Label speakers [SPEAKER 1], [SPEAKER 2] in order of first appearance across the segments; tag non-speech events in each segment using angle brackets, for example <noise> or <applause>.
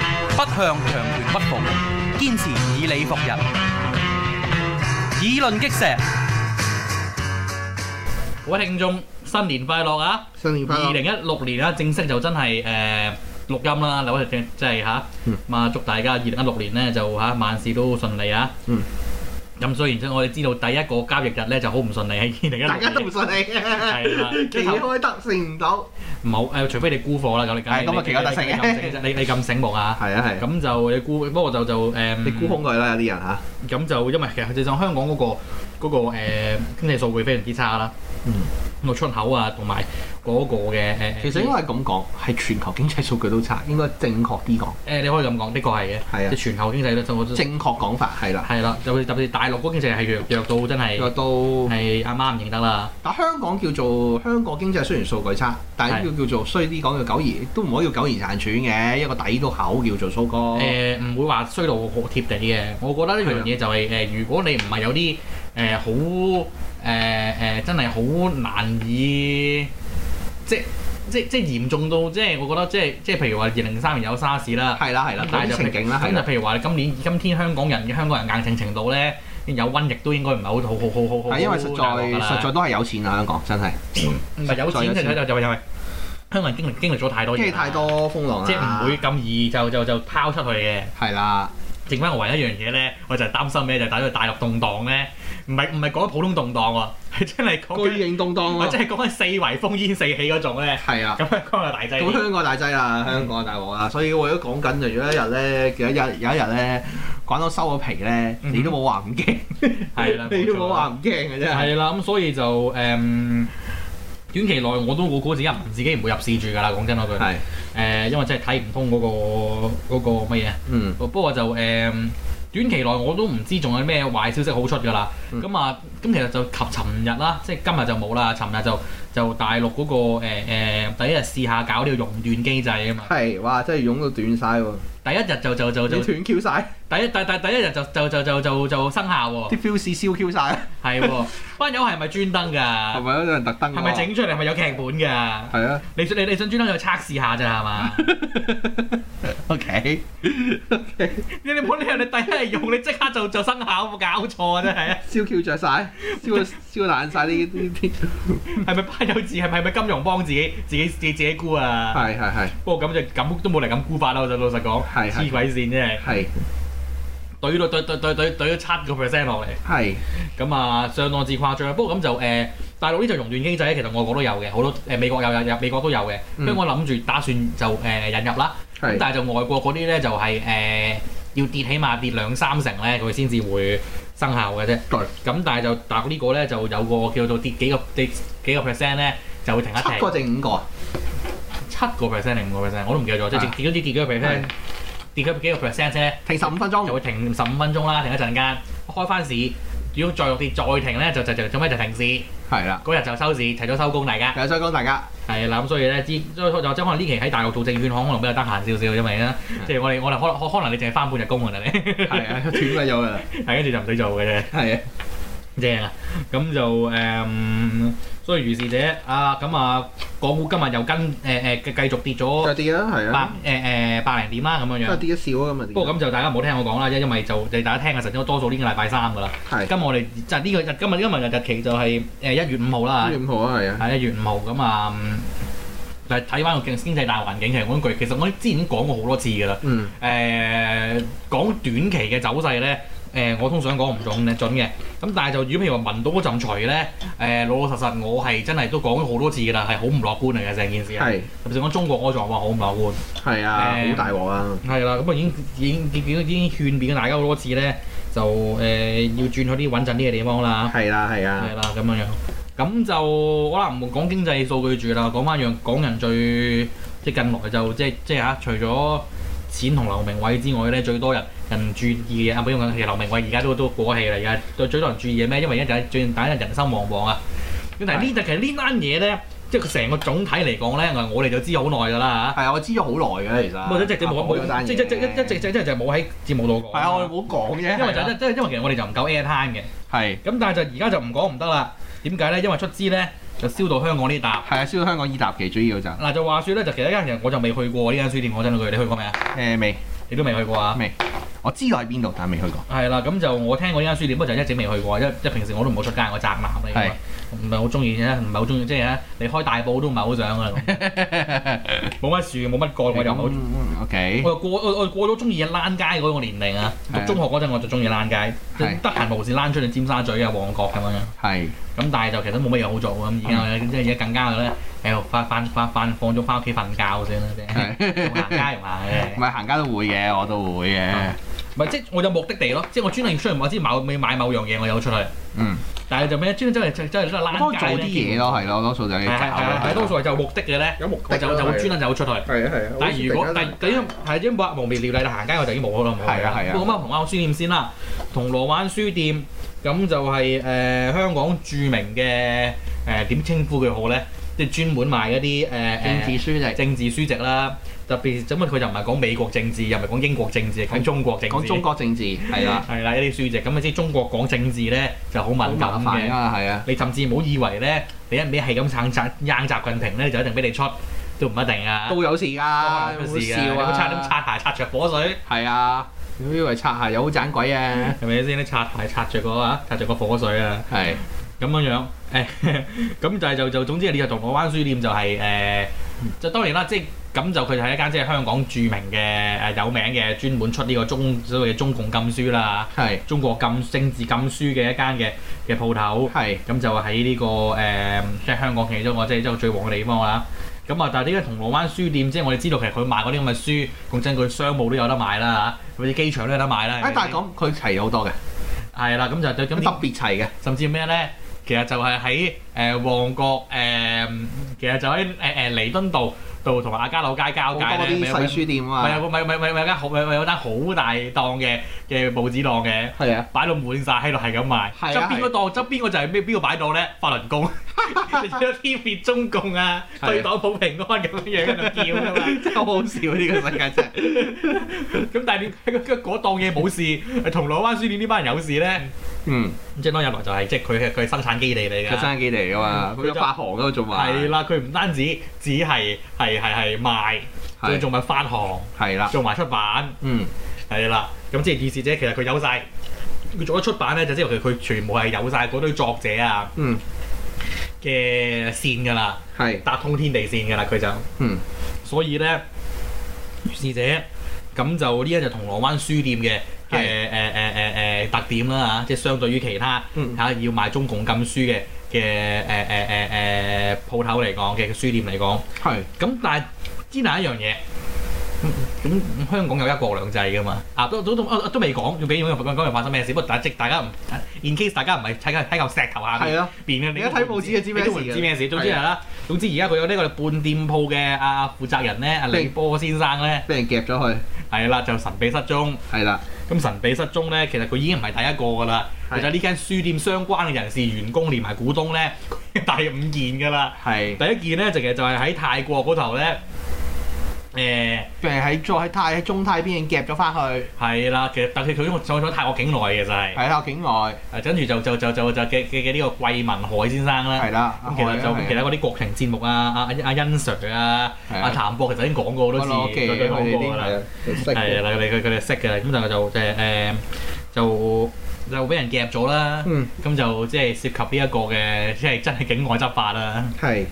[SPEAKER 1] 向強權屈服，堅持以理服人，以論擊石。
[SPEAKER 2] 各位聽眾，新年快樂啊！
[SPEAKER 3] 新年快
[SPEAKER 2] 二
[SPEAKER 3] 樂！
[SPEAKER 2] 零一六年啦，正式就真係誒、呃、錄音啦，嗱，我哋即係嚇，
[SPEAKER 3] 嗯
[SPEAKER 2] 咁啊祝大家二零一六年咧就嚇、萬事都順利啊！
[SPEAKER 3] 嗯
[SPEAKER 2] 咁雖然即係我哋知道第一個交易日咧就好唔順利
[SPEAKER 3] <laughs>
[SPEAKER 2] 喺二零一六
[SPEAKER 3] 大家都唔
[SPEAKER 2] 年，
[SPEAKER 3] 信 <laughs>
[SPEAKER 2] 係啦
[SPEAKER 3] 你，期開得食唔到。
[SPEAKER 2] 唔好誒，除非你沽貨啦，咁你梗
[SPEAKER 3] 係咁啊
[SPEAKER 2] 你
[SPEAKER 3] 其他得勝嘅
[SPEAKER 2] 你你你咁醒目啊！
[SPEAKER 3] 係啊係啊，
[SPEAKER 2] 咁就你沽，不過就就誒，嗯
[SPEAKER 3] 你沽空佢啦，有啲人嚇。
[SPEAKER 2] 咁就因為其實就上香港嗰、個嗰、個誒經濟數據非常之差啦，
[SPEAKER 3] 嗯，
[SPEAKER 2] 個出口啊同埋嗰個嘅誒，
[SPEAKER 3] 其實應該係咁講，係全球經濟數據都差，應該正確啲講，
[SPEAKER 2] 誒你可以咁講，的確係嘅，
[SPEAKER 3] 係啊
[SPEAKER 2] 即係全球經濟咧，就我都
[SPEAKER 3] 正確講法係啦。
[SPEAKER 2] 係啦，特別特別大陸嗰經濟係弱弱到真係
[SPEAKER 3] 又到
[SPEAKER 2] 係阿媽唔認得啦，
[SPEAKER 3] 但香港叫做香港經濟雖然數據差，但係呢個叫做衰啲講叫九兒，都唔可以叫九兒殘喘嘅，一個底都口叫做蘇哥。
[SPEAKER 2] 誒呃唔會話衰到好貼地嘅。我覺得呢
[SPEAKER 3] 啊
[SPEAKER 2] 樣嘢就係誒，如果你唔係有啲誒好誒誒，真係好難以即即即嚴重到即係我覺得即係即係譬如話二零零三年有沙士啦。
[SPEAKER 3] 係啦係啦，
[SPEAKER 2] 但
[SPEAKER 3] 嗰
[SPEAKER 2] 係就
[SPEAKER 3] 啲情景啦
[SPEAKER 2] 咁
[SPEAKER 3] 係
[SPEAKER 2] 就
[SPEAKER 3] 啦，
[SPEAKER 2] 譬如話，你今年今天香港人嘅香港人硬性程度咧，有瘟疫都應該唔係好好好好好好。
[SPEAKER 3] 係因為實在實在都係有錢啊香港真係，
[SPEAKER 2] 唔係有錢就就就係因為香港人經歷經歷咗太多嘢，
[SPEAKER 3] 跟住太，多風浪啦，
[SPEAKER 2] 即係唔會咁易就就就拋出去嘅。
[SPEAKER 3] 係啦，
[SPEAKER 2] 剩翻我唯一一樣嘢咧，我就係擔心咩？就係等佢大陸動盪咧，唔係唔係講普通動盪喎， <laughs> 係真係講
[SPEAKER 3] 巨
[SPEAKER 2] 緊，
[SPEAKER 3] 型動盪
[SPEAKER 2] 我
[SPEAKER 3] 啊，
[SPEAKER 2] 真係講緊四圍烽煙四起嗰種咧。
[SPEAKER 3] 係啊。
[SPEAKER 2] 咁香港就大劑
[SPEAKER 3] 咁
[SPEAKER 2] 啲，
[SPEAKER 3] 香港大劑啦，香港大鑊啦，所以我都講緊，就如果一日咧，有一日有一日咧，講到收咗皮咧，
[SPEAKER 2] 嗯
[SPEAKER 3] 你都冇話唔驚，
[SPEAKER 2] 係啦，
[SPEAKER 3] 你都
[SPEAKER 2] 冇錯
[SPEAKER 3] 冇
[SPEAKER 2] 啦
[SPEAKER 3] 話唔驚嘅真係。
[SPEAKER 2] 係啦，咁所以就誒、嗯短期內我都我估自己唔自己唔會入市住㗎啦，講真嗰句。誒、
[SPEAKER 3] 係，
[SPEAKER 2] 因為真係睇唔通嗰、個嗰、個乜嘢。
[SPEAKER 3] 嗯，
[SPEAKER 2] 不過就誒、呃短期內我都唔知仲有咩壞消息好出㗎啦。
[SPEAKER 3] 嗯
[SPEAKER 2] 咁啊、咁其實就及尋日啦，即係今日就冇啦。尋日就就大陸嗰、個誒、呃第一日試下搞呢個熔斷機制啊嘛。
[SPEAKER 3] 係，哇，真係湧到斷晒喎，
[SPEAKER 2] 第一日就就就就
[SPEAKER 3] 你
[SPEAKER 2] 第
[SPEAKER 3] 斷 Q 晒，
[SPEAKER 2] 一第第第一日就就就就就就生效喎，
[SPEAKER 3] 啲 fuse 燒 Q 晒，
[SPEAKER 2] 係喎。班友係咪專登
[SPEAKER 3] 係
[SPEAKER 2] 㗎？
[SPEAKER 3] 咪有人特登㗎？
[SPEAKER 2] 係咪整出嚟？係咪有劇本㗎？
[SPEAKER 3] 係啊
[SPEAKER 2] 你想你你想專登去測試下咋係
[SPEAKER 3] <laughs>
[SPEAKER 2] 嘛？ <laughs>
[SPEAKER 3] ，OK，
[SPEAKER 2] 你你冇理由你第一日用你即刻就就生效，冇搞錯啊！真係，
[SPEAKER 3] 燒 Q 着晒，燒燒爛晒呢啲啲，
[SPEAKER 2] <laughs> 係咪班友字係咪係咪金融幫自己自己自己自己估啊？
[SPEAKER 3] 係係係
[SPEAKER 2] 不過咁就咁都冇嚟咁估法啦，我就老實講，
[SPEAKER 3] 係係
[SPEAKER 2] 黐鬼線真係，
[SPEAKER 3] 係
[SPEAKER 2] 懟到懟懟懟懟懟咗七個 percent 落嚟，
[SPEAKER 3] 係，
[SPEAKER 2] 咁啊相當之誇張。不過咁就誒、呃大陸呢就熔斷經濟咧，其實外國都有嘅，好多誒、呃美國有有有美國都有嘅，
[SPEAKER 3] 嗯
[SPEAKER 2] 香港諗住打算就誒、呃引入啦。咁
[SPEAKER 3] 係
[SPEAKER 2] 但係就外國嗰啲咧就係、誒、要跌起碼跌兩三成咧，佢先至會生效嘅啫。
[SPEAKER 3] 對
[SPEAKER 2] 咁但係就大陸呢個咧就有個叫做跌幾個跌幾個 percent 咧，就會停一停。
[SPEAKER 3] 七個定五個啊？
[SPEAKER 2] 七個 percent 定五個 percent，我都唔記得咗，即係
[SPEAKER 3] 啊
[SPEAKER 2] 跌咗啲跌幾個 percent
[SPEAKER 3] 係。
[SPEAKER 2] 跌咗幾個 percent 啫，
[SPEAKER 3] 停十五分鐘
[SPEAKER 2] 就。會停十五分鐘啦，停一陣間，開翻市。如果再落跌再停咧，就就就做咩就停市，
[SPEAKER 3] 係啦，
[SPEAKER 2] 嗰日就收市，提早收工大家。
[SPEAKER 3] 其實想講大家
[SPEAKER 2] 係啦，咁所以咧，之所以就即係可能呢期喺大陸做證券行可能比較得閒少少，因為咧，即係我哋我哋可能可能你淨係翻半日工㗎啦，你
[SPEAKER 3] 係啊，斷咗有啦，
[SPEAKER 2] 係跟住就唔使做嘅啫，
[SPEAKER 3] 係啊，
[SPEAKER 2] 正啊！咁就誒、嗯所以如是者啊，咁啊，港股今日又跟誒誒、繼繼續跌咗
[SPEAKER 3] 再跌啦，係
[SPEAKER 2] 百
[SPEAKER 3] 啊，
[SPEAKER 2] 誒誒百零點啦，咁樣
[SPEAKER 3] 再
[SPEAKER 2] 樣。
[SPEAKER 3] 跌一少啊，咁啊跌，
[SPEAKER 2] 不過咁就大家唔好聽我講啦，因因為就你大家聽嘅時候，多數呢個禮拜三㗎啦。
[SPEAKER 3] 係
[SPEAKER 2] 今日我哋就呢個日今日今日嘅日期就係誒一月五號啦
[SPEAKER 3] 一，月五號啊，係啊，
[SPEAKER 2] 係一月五號咁啊。嗯但係睇翻個經經濟大環境，其實我嗰句，其實我之前已經講過好多次㗎啦。
[SPEAKER 3] 嗯，
[SPEAKER 2] 誒、講短期嘅走勢咧，誒、我通常講唔準嘅準嘅，咁但係就如果譬如話聞到嗰陣除咧，誒、老老實實我係真係都講咗好多次㗎啦，係好唔樂觀嚟嘅成件事係，
[SPEAKER 3] 係
[SPEAKER 2] 特別是講中國嗰個狀況好唔樂觀。
[SPEAKER 3] 係啊，
[SPEAKER 2] 誒
[SPEAKER 3] 好大鑊啊，
[SPEAKER 2] 係啦，咁啊已經已經已經已經勸勉咗大家好多次咧，就誒、要轉去啲穩陣啲嘅地方啦，
[SPEAKER 3] 係啦係啊
[SPEAKER 2] 係，啦咁樣樣。咁就可能唔講經濟數據住啦，講翻樣港人最即係近來就即係即係嚇，除咗錢同劉明偉之外咧，最多人人注意嘅啊，唔好用緊其實劉明偉而家都都過氣啦，而家最最多人注意嘅咩？因為一陣最近大家人心惶惶啊。咁但係呢，但其實呢單嘢咧，即係成個總體嚟講咧，我哋就知好耐㗎啦嚇。
[SPEAKER 3] 係啊，我知咗好耐嘅其實，
[SPEAKER 2] 冇一直冇
[SPEAKER 3] 阿寶嗰單
[SPEAKER 2] 冇，即
[SPEAKER 3] 嘢
[SPEAKER 2] 係即係一直即係就冇喺節目度講。
[SPEAKER 3] 係啊，我哋冇講啫，
[SPEAKER 2] 因為就
[SPEAKER 3] 係啊
[SPEAKER 2] 因為因為其實我哋就唔夠 air time 嘅，
[SPEAKER 3] 係
[SPEAKER 2] 咁但係就而家就唔講唔得啦。點解咧？因為出資咧就燒到香港呢笪。
[SPEAKER 3] 係啊，燒到香港伊達奇主要就
[SPEAKER 2] 嗱就話說咧，就其實一間其實我就未去過呢間書店，講真嗰句，你去過未啊？
[SPEAKER 3] 誒未
[SPEAKER 2] 你都未去過啊？
[SPEAKER 3] 未，我知道喺邊度，但係未去過。
[SPEAKER 2] 係啦，咁就我聽過呢間書店，不過就一直未去過，因為因為平時我都唔好出街，我宅男嚟㗎
[SPEAKER 3] 係
[SPEAKER 2] 嘛，唔係好中意啫，唔係好中意，即係咧你開大埔都唔係好想
[SPEAKER 3] <laughs>
[SPEAKER 2] 啊，咁冇乜樹，冇乜蓋，我又唔係好中意。
[SPEAKER 3] 嗯 OK，
[SPEAKER 2] 我又過我我過咗中意躝街嗰個年齡啊！讀
[SPEAKER 3] 係啊
[SPEAKER 2] 中學嗰陣我就中意躝街，即係
[SPEAKER 3] 係
[SPEAKER 2] 得閒無事躝出去尖沙咀啊、旺角咁樣。
[SPEAKER 3] 係 <laughs>
[SPEAKER 2] 咁但係就其實都冇乜嘢好做啊咁，而家我
[SPEAKER 3] 嗯
[SPEAKER 2] 即係而家更加咧，哎誒翻翻翻翻放咗翻屋企瞓覺先啦啫，
[SPEAKER 3] 係
[SPEAKER 2] 用行街用下嘅
[SPEAKER 3] <laughs> 唔。係行街都會嘅，我都會嘅。
[SPEAKER 2] 唔係即係我有目的地咯，即係我專登出去，我知某未買某樣嘢，我有出去。
[SPEAKER 3] 嗯，
[SPEAKER 2] 但係就咩？專登真係真係真係
[SPEAKER 3] 我
[SPEAKER 2] 躝
[SPEAKER 3] 幫
[SPEAKER 2] 街
[SPEAKER 3] 佢做啲嘢咯，係咯，多數就係
[SPEAKER 2] 係係係係，多數係就有目的嘅咧，
[SPEAKER 3] 有目
[SPEAKER 2] 我就就會專登就會出去。
[SPEAKER 3] 係啊係啊
[SPEAKER 2] 但係如果但係因為係因為冇無聊啦，行街我就已經冇可能冇
[SPEAKER 3] 係啊係啊
[SPEAKER 2] 不過咁啊，銅鑼灣書店先啦，銅鑼灣書店咁就係、呃香港著名嘅誒點稱呼佢好咧，即係專門賣一啲誒、呃、
[SPEAKER 3] 政治書
[SPEAKER 2] 呃
[SPEAKER 3] 籍
[SPEAKER 2] 政治書籍啦。特別咁啊，佢就唔係講美國政治，又唔係講英國政治，係講中國政治。
[SPEAKER 3] 講中國政治係啦，
[SPEAKER 2] 係啦，一啲書籍咁啊，即係中國講政治咧就好
[SPEAKER 3] 好
[SPEAKER 2] 敏感
[SPEAKER 3] 麻
[SPEAKER 2] 嘅
[SPEAKER 3] 煩。啊，係啊，
[SPEAKER 2] 你甚至唔好以為咧，你一味係咁撐習硬習近平咧，就一定俾你出，都唔一定啊。
[SPEAKER 3] 都有事㗎，有
[SPEAKER 2] 有
[SPEAKER 3] 冇
[SPEAKER 2] 事
[SPEAKER 3] 笑
[SPEAKER 2] 啊！
[SPEAKER 3] 啊？
[SPEAKER 2] 擦咁擦鞋擦着火水，
[SPEAKER 3] 係啊，你以為擦鞋有好盞鬼啊？
[SPEAKER 2] 係咪先？啲擦鞋擦着個啊，擦着個火水啊，
[SPEAKER 3] 係
[SPEAKER 2] 咁樣樣。誒， <laughs> 咁就係就就總之你就銅鑼灣書店就係、誒，就、當然啦，即係咁就佢就係一間即係香港著名嘅誒、有名嘅專門出呢個中所謂嘅中共禁書啦、
[SPEAKER 3] 係
[SPEAKER 2] 中國禁政治禁書嘅一間嘅嘅鋪頭。
[SPEAKER 3] 係
[SPEAKER 2] 咁就喺呢、個誒、即係香港其中一個即係即係最旺嘅地方啦。咁啊，但係呢個銅鑼灣書店，即係我哋知道其實佢賣嗰啲咁嘅書，講真，佢商務都有得賣啦嚇，佢啲機場都有得賣啦。
[SPEAKER 3] 啊，但係咁佢齊好多嘅，
[SPEAKER 2] 係啦，咁就
[SPEAKER 3] 咁
[SPEAKER 2] 咁
[SPEAKER 3] 特
[SPEAKER 2] 點
[SPEAKER 3] 別齊嘅，
[SPEAKER 2] 甚至咩咧？其實就係喺誒旺角誒、其實就喺誒誒彌敦道度同埋亞皆老街
[SPEAKER 3] 好
[SPEAKER 2] 交
[SPEAKER 3] 多
[SPEAKER 2] 界咧，
[SPEAKER 3] 啲
[SPEAKER 2] 咪有
[SPEAKER 3] 細書店啊
[SPEAKER 2] 咪
[SPEAKER 3] 嘛，
[SPEAKER 2] 有咪咪咪咪有間好咪咪有單好大檔嘅嘅報紙檔嘅。
[SPEAKER 3] 係啊，
[SPEAKER 2] 擺到滿晒喺度係咁賣，
[SPEAKER 3] 係啊
[SPEAKER 2] 側邊嗰檔側邊嗰就係咩？邊個擺到咧？法輪
[SPEAKER 3] <laughs>
[SPEAKER 2] 功，你見到天滅中共啊，
[SPEAKER 3] 係啊
[SPEAKER 2] 對黨保平安咁樣樣喺度叫㗎
[SPEAKER 3] <laughs>
[SPEAKER 2] 嘛。
[SPEAKER 3] 真係好好笑呢個世界 <laughs> 真係，
[SPEAKER 2] 咁但係你 <laughs> 睇嗰嗰檔嘢冇事，銅鑼灣書店呢班人有事咧，
[SPEAKER 3] 嗯，
[SPEAKER 2] 咁即係當然入來就係即係佢係佢係生產基地嚟
[SPEAKER 3] 佢
[SPEAKER 2] 㗎。
[SPEAKER 3] 生基地嚟㗎嘛，佢有發行嗰度做埋，
[SPEAKER 2] 係啦，佢唔單止只係係係係賣，
[SPEAKER 3] 係啊
[SPEAKER 2] 佢仲埋發行，
[SPEAKER 3] 係啦，
[SPEAKER 2] 做埋出版，
[SPEAKER 3] 嗯，
[SPEAKER 2] 係啦。咁即係意思啫，其實佢有晒。佢做咗出版咧，就即係佢佢全部係有晒嗰堆作者啊
[SPEAKER 3] 嗯，
[SPEAKER 2] 嘅線㗎啦。
[SPEAKER 3] 係，
[SPEAKER 2] 搭通天地線㗎啦，佢就
[SPEAKER 3] 嗯，
[SPEAKER 2] 所以咧，於是者咁就呢一就銅鑼灣書店嘅嘅誒誒誒誒特點啦啊嚇，即係相對於其他嚇、啊
[SPEAKER 3] 嗯
[SPEAKER 2] 要賣中共禁書嘅嘅誒誒誒誒鋪頭嚟講嘅書店嚟講，
[SPEAKER 3] 係，
[SPEAKER 2] 咁但係之難一樣嘢。咁咁香港有一國兩制㗎嘛？啊，都都都啊都未講，要俾香港人發生咩事？不過大家即大家唔，in case 大家唔係睇緊睇嚿石頭下面
[SPEAKER 3] 係啊，
[SPEAKER 2] 變嘅。
[SPEAKER 3] 你一睇報紙就知咩
[SPEAKER 2] 你都唔
[SPEAKER 3] 事嘅
[SPEAKER 2] 知咩事。總之係啦，總之而家佢有呢個半店鋪嘅啊負責人咧，阿李
[SPEAKER 3] 明
[SPEAKER 2] 波先生咧，
[SPEAKER 3] 俾人夾咗佢，
[SPEAKER 2] 係啦，就神秘失蹤。
[SPEAKER 3] 係啦，
[SPEAKER 2] 咁神秘失蹤咧，其實佢已經唔係第一個㗎啦。其
[SPEAKER 3] 係
[SPEAKER 2] 實呢間書店相關嘅人士、員工連埋股東 <laughs> 咧，第五件㗎啦。
[SPEAKER 3] 係，
[SPEAKER 2] 第一件咧就其實就係喺泰國嗰頭咧，誒、
[SPEAKER 3] 俾人喺再喺泰喺中泰邊夾咗翻去，
[SPEAKER 2] 係啦，其實但係佢佢上咗泰國境內嘅就係、
[SPEAKER 3] 係啦，境外，
[SPEAKER 2] 誒跟住就就就就就嘅嘅嘅呢個桂文海先生啦
[SPEAKER 3] 係。啦，啊
[SPEAKER 2] 咁其實就其他嗰啲國情節目啊，阿阿阿欣 Sir 啊，
[SPEAKER 3] 係
[SPEAKER 2] 阿
[SPEAKER 3] 啊
[SPEAKER 2] 譚博其實已經講過好多
[SPEAKER 3] 我
[SPEAKER 2] 次，
[SPEAKER 3] 攞記
[SPEAKER 2] 佢佢
[SPEAKER 3] 嘅佢
[SPEAKER 2] 講
[SPEAKER 3] 哋
[SPEAKER 2] 過
[SPEAKER 3] 啲
[SPEAKER 2] 㗎啦，
[SPEAKER 3] 係啊，
[SPEAKER 2] 係啦，佢哋佢佢哋識嘅啦，咁但係就即係誒就就俾人夾咗啦，
[SPEAKER 3] 嗯，
[SPEAKER 2] 咁就即係涉及呢一個嘅即係真係境外執法啦，
[SPEAKER 3] 係。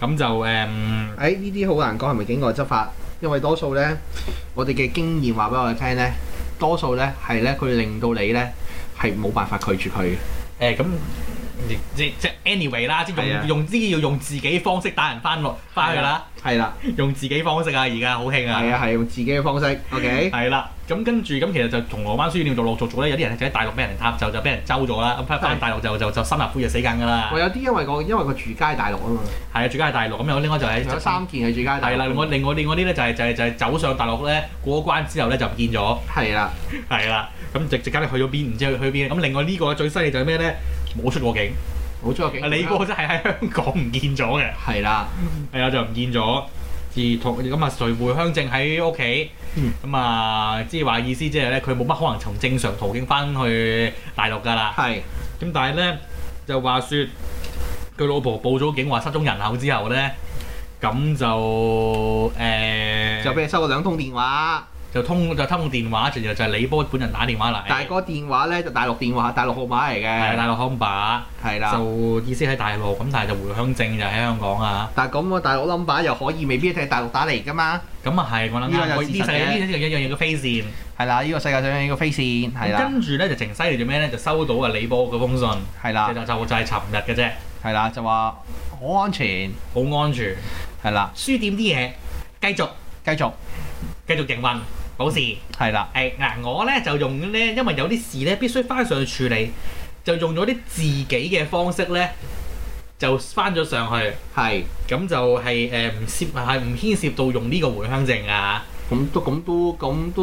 [SPEAKER 2] 咁就誒
[SPEAKER 3] 誒呢啲好難講係咪境外執法，因為多數呢，我哋嘅經驗話俾我哋聽呢，多數呢係呢，佢令到你呢係冇辦法拒絕佢
[SPEAKER 2] 誒
[SPEAKER 3] 嘅，
[SPEAKER 2] 咁。亦即即 anyway 啦，即
[SPEAKER 3] 係啊
[SPEAKER 2] 用用呢要用自己方式打人翻落翻去啦，
[SPEAKER 3] 係啦，
[SPEAKER 2] 用自己方式啊，而家好興啊
[SPEAKER 3] 係。啊，係用自己嘅方式，OK，
[SPEAKER 2] 係啦，咁跟住咁其實就銅鑼灣書店度陸續續咧，有啲人就喺大陸俾人搭就就俾人周咗啦，咁翻翻
[SPEAKER 3] 係
[SPEAKER 2] 大陸就就就深入灰就死緊㗎啦
[SPEAKER 3] 我。有啲因為個因為個住街大陸啊嘛，
[SPEAKER 2] 係啊，住家喺大陸，咁有另外就係
[SPEAKER 3] 有三件係住街大陸，
[SPEAKER 2] 係啦，我另外另外啲咧就係就係就係走上大陸咧過關之後咧就唔見咗，
[SPEAKER 3] 係啦，
[SPEAKER 2] 係啦，咁直直間你去咗邊，唔知去邊。咁另外呢個最犀利就係咩咧？冇出過境，
[SPEAKER 3] 冇咗個境，
[SPEAKER 2] 你嗰個真係喺香港唔見咗嘅，
[SPEAKER 3] 係啦，
[SPEAKER 2] 係啊就唔見咗。而同咁啊，隨回鄉證喺屋企
[SPEAKER 3] 嗯，
[SPEAKER 2] 咁啊，即係話意思即係咧，佢冇乜可能從正常途徑翻去大陸㗎啦。
[SPEAKER 3] 係
[SPEAKER 2] 咁但係咧，就話説佢老婆報咗警話失蹤人口之後咧，咁就誒、
[SPEAKER 3] 就俾你收咗兩通電話，
[SPEAKER 2] 就就通就通過電話，就就就係李波本人打電話嚟。
[SPEAKER 3] 但係嗰個電話咧就大陸電話，大陸號碼嚟
[SPEAKER 2] 係大
[SPEAKER 3] 嘅，
[SPEAKER 2] 陸康把，
[SPEAKER 3] 係啦。
[SPEAKER 2] 就意思喺大陸，咁但係就回鄉證就喺香港啊。
[SPEAKER 3] 但係咁個大陸 number 又可以未必係大陸打嚟㗎嘛，
[SPEAKER 2] 咁啊係，我諗
[SPEAKER 3] 呢個
[SPEAKER 2] 啱
[SPEAKER 3] 有
[SPEAKER 2] 我
[SPEAKER 3] 事
[SPEAKER 2] 呢
[SPEAKER 3] 實
[SPEAKER 2] 世界
[SPEAKER 3] 嘅
[SPEAKER 2] 呢呢樣嘢嘅飛線。
[SPEAKER 3] 係啦，呢、個世界上有個飛線，係啦，啊
[SPEAKER 2] 跟住咧就情犀利做咩咧？就收到啊李波嗰封信，
[SPEAKER 3] 係啦
[SPEAKER 2] 就，就就係尋日嘅啫，
[SPEAKER 3] 係啦，就話好安全，
[SPEAKER 2] 好安全。
[SPEAKER 3] 係啦，
[SPEAKER 2] 書店啲嘢繼續
[SPEAKER 3] 繼續
[SPEAKER 2] 繼續營運，冇事。
[SPEAKER 3] 係啦，
[SPEAKER 2] 誒嗱，我咧就用咧，因為有啲事咧必須翻上去處理，就用咗啲自己嘅方式咧，就翻咗上去，
[SPEAKER 3] 係
[SPEAKER 2] 咁就係誒唔涉係唔牽涉到用呢個回鄉證啊。
[SPEAKER 3] 咁都咁都咁都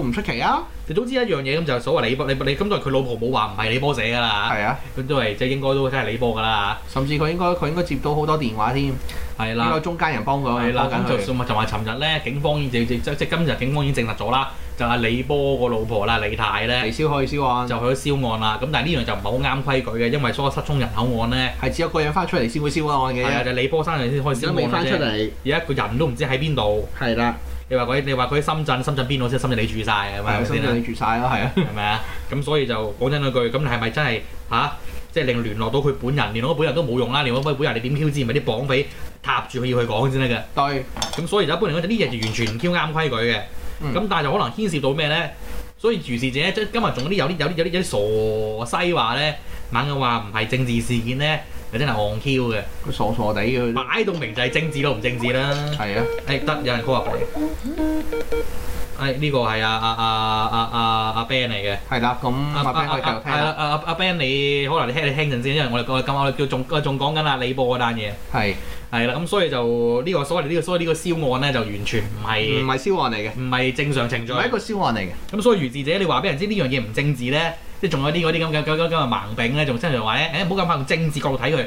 [SPEAKER 3] 唔出奇啊，
[SPEAKER 2] 你總之一樣嘢咁就所謂李波，你你咁當然佢老婆冇話唔係李波寫㗎啦，
[SPEAKER 3] 係啊，
[SPEAKER 2] 咁都係即係應該都真係李波㗎啦，
[SPEAKER 3] 甚至佢應該佢應該接到好多電話添，應
[SPEAKER 2] 係啦
[SPEAKER 3] 該。中間人幫佢
[SPEAKER 2] 係啦，
[SPEAKER 3] 幫
[SPEAKER 2] 咁
[SPEAKER 3] 緊
[SPEAKER 2] 就
[SPEAKER 3] 佢
[SPEAKER 2] 算咪就話尋日咧，警方已經即即即今日警方已經證實咗啦，就係李波個老婆啦，李太
[SPEAKER 3] 嚟
[SPEAKER 2] 咧
[SPEAKER 3] 燒可以燒案，
[SPEAKER 2] 就去咗燒案啦。咁但係呢樣就唔係好啱規矩嘅，因為所有失蹤人口案咧，
[SPEAKER 3] 係只有個人翻出嚟先會燒案嘅
[SPEAKER 2] 係啊，
[SPEAKER 3] 啫，
[SPEAKER 2] 就李波生日先可以
[SPEAKER 3] 而家
[SPEAKER 2] 燒
[SPEAKER 3] 未
[SPEAKER 2] 案
[SPEAKER 3] 翻
[SPEAKER 2] 嘅
[SPEAKER 3] 出
[SPEAKER 2] 啫。
[SPEAKER 3] 嚟，
[SPEAKER 2] 而家個人都唔知喺邊度，
[SPEAKER 3] 係啦，
[SPEAKER 2] 你話佢你話佢喺深圳，深圳邊度先？深圳你住晒係咪
[SPEAKER 3] 係
[SPEAKER 2] 先
[SPEAKER 3] 深
[SPEAKER 2] 啊
[SPEAKER 3] 圳？你住晒啦，係啊，
[SPEAKER 2] 係咪啊？咁所以就講真嗰句，咁你係咪真係嚇、即係令聯絡到佢本人，聯絡到本人都冇用啦，聯絡到佢本人你點挑戰？咪啲綁匪踏住佢要佢講先得嘅。
[SPEAKER 3] 對，
[SPEAKER 2] 咁所以就一般嚟講，呢嘢就完全唔 Q 啱規矩嘅。咁、
[SPEAKER 3] 嗯
[SPEAKER 2] 但係就可能牽涉到咩咧？所以如是者即係今日仲有啲有啲有啲有啲有啲傻西話咧，猛咁話唔係政治事件咧，就真係戇 Q 嘅，
[SPEAKER 3] 佢傻傻地嘅佢都，
[SPEAKER 2] 擺到明就係政治都唔政治啦。
[SPEAKER 3] 係啊，
[SPEAKER 2] 誒得有人 call 入嚟，誒、呢、個係啊阿阿阿阿阿阿啊 Ben 嚟嘅。啊
[SPEAKER 3] 係啦，咁
[SPEAKER 2] 阿
[SPEAKER 3] 嗯阿 Ben 可以繼續聽
[SPEAKER 2] 阿
[SPEAKER 3] 啊啦，
[SPEAKER 2] 阿阿啊 Ben，你可能你聽你聽陣先，因為我哋我哋今我哋叫仲我仲講緊阿李波嗰單嘢，
[SPEAKER 3] 係
[SPEAKER 2] 係啦，咁所以就呢個所謂呢個所謂呢個燒案咧，就完全唔
[SPEAKER 3] 唔
[SPEAKER 2] 係
[SPEAKER 3] 係燒案嚟嘅？
[SPEAKER 2] 唔係正常程序
[SPEAKER 3] 唔。係一個燒案嚟嘅，
[SPEAKER 2] 咁所以如是者，你話俾人知呢樣嘢唔政治咧，即係仲有啲嗰啲咁嘅咁咁咁嘅盲餅咧，仲真係話咧，誒唔好咁快用政治角度睇佢，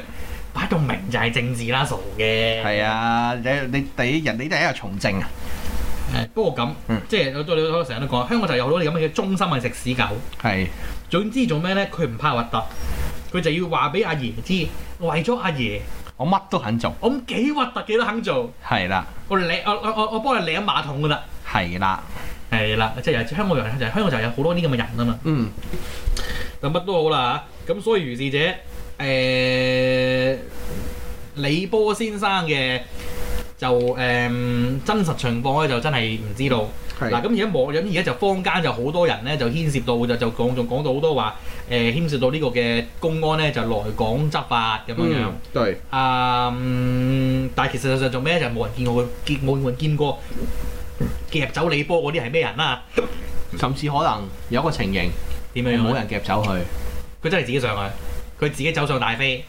[SPEAKER 2] 擺到明就係政治啦，傻嘅。
[SPEAKER 3] 係啊，你你第一人你第一日從政啊，
[SPEAKER 2] 誒，不過咁
[SPEAKER 3] 嗯，
[SPEAKER 2] 即係我對你我成日都講，香港就有好多啲咁嘅中心係食屎狗。
[SPEAKER 3] 係
[SPEAKER 2] 總之做咩咧？佢唔怕核突，佢就要話俾阿爺知，為咗阿爺，
[SPEAKER 3] 我乜都肯做，
[SPEAKER 2] 我咁幾核突嘅都肯做，
[SPEAKER 3] 係啦，
[SPEAKER 2] 我舐我我我我幫你舐馬桶噶啦。
[SPEAKER 3] 係啦，
[SPEAKER 2] 係啦，即係香港人就係香港就有好多呢咁嘅人啊嘛，
[SPEAKER 3] 嗯，
[SPEAKER 2] 就乜都好啦嚇。咁所以如是者，誒、李波先生嘅就誒、真實情況咧，就真係唔知道。
[SPEAKER 3] 係
[SPEAKER 2] 嗱，咁而家網咁而家就坊間就好多人咧，就牽涉到就就講仲講到好多話誒、牽涉到呢個嘅公安咧，就來港執法咁樣樣。
[SPEAKER 3] 嗯，對，
[SPEAKER 2] 啊嗯但係其實實際上做咩就冇人見過佢，見冇人見過夾走李波嗰啲係咩人啦、
[SPEAKER 3] 甚至可能有一個情形，
[SPEAKER 2] 點樣
[SPEAKER 3] 冇
[SPEAKER 2] 樣？
[SPEAKER 3] 人夾走佢，
[SPEAKER 2] 佢真係自己上去，佢自己走上大飛。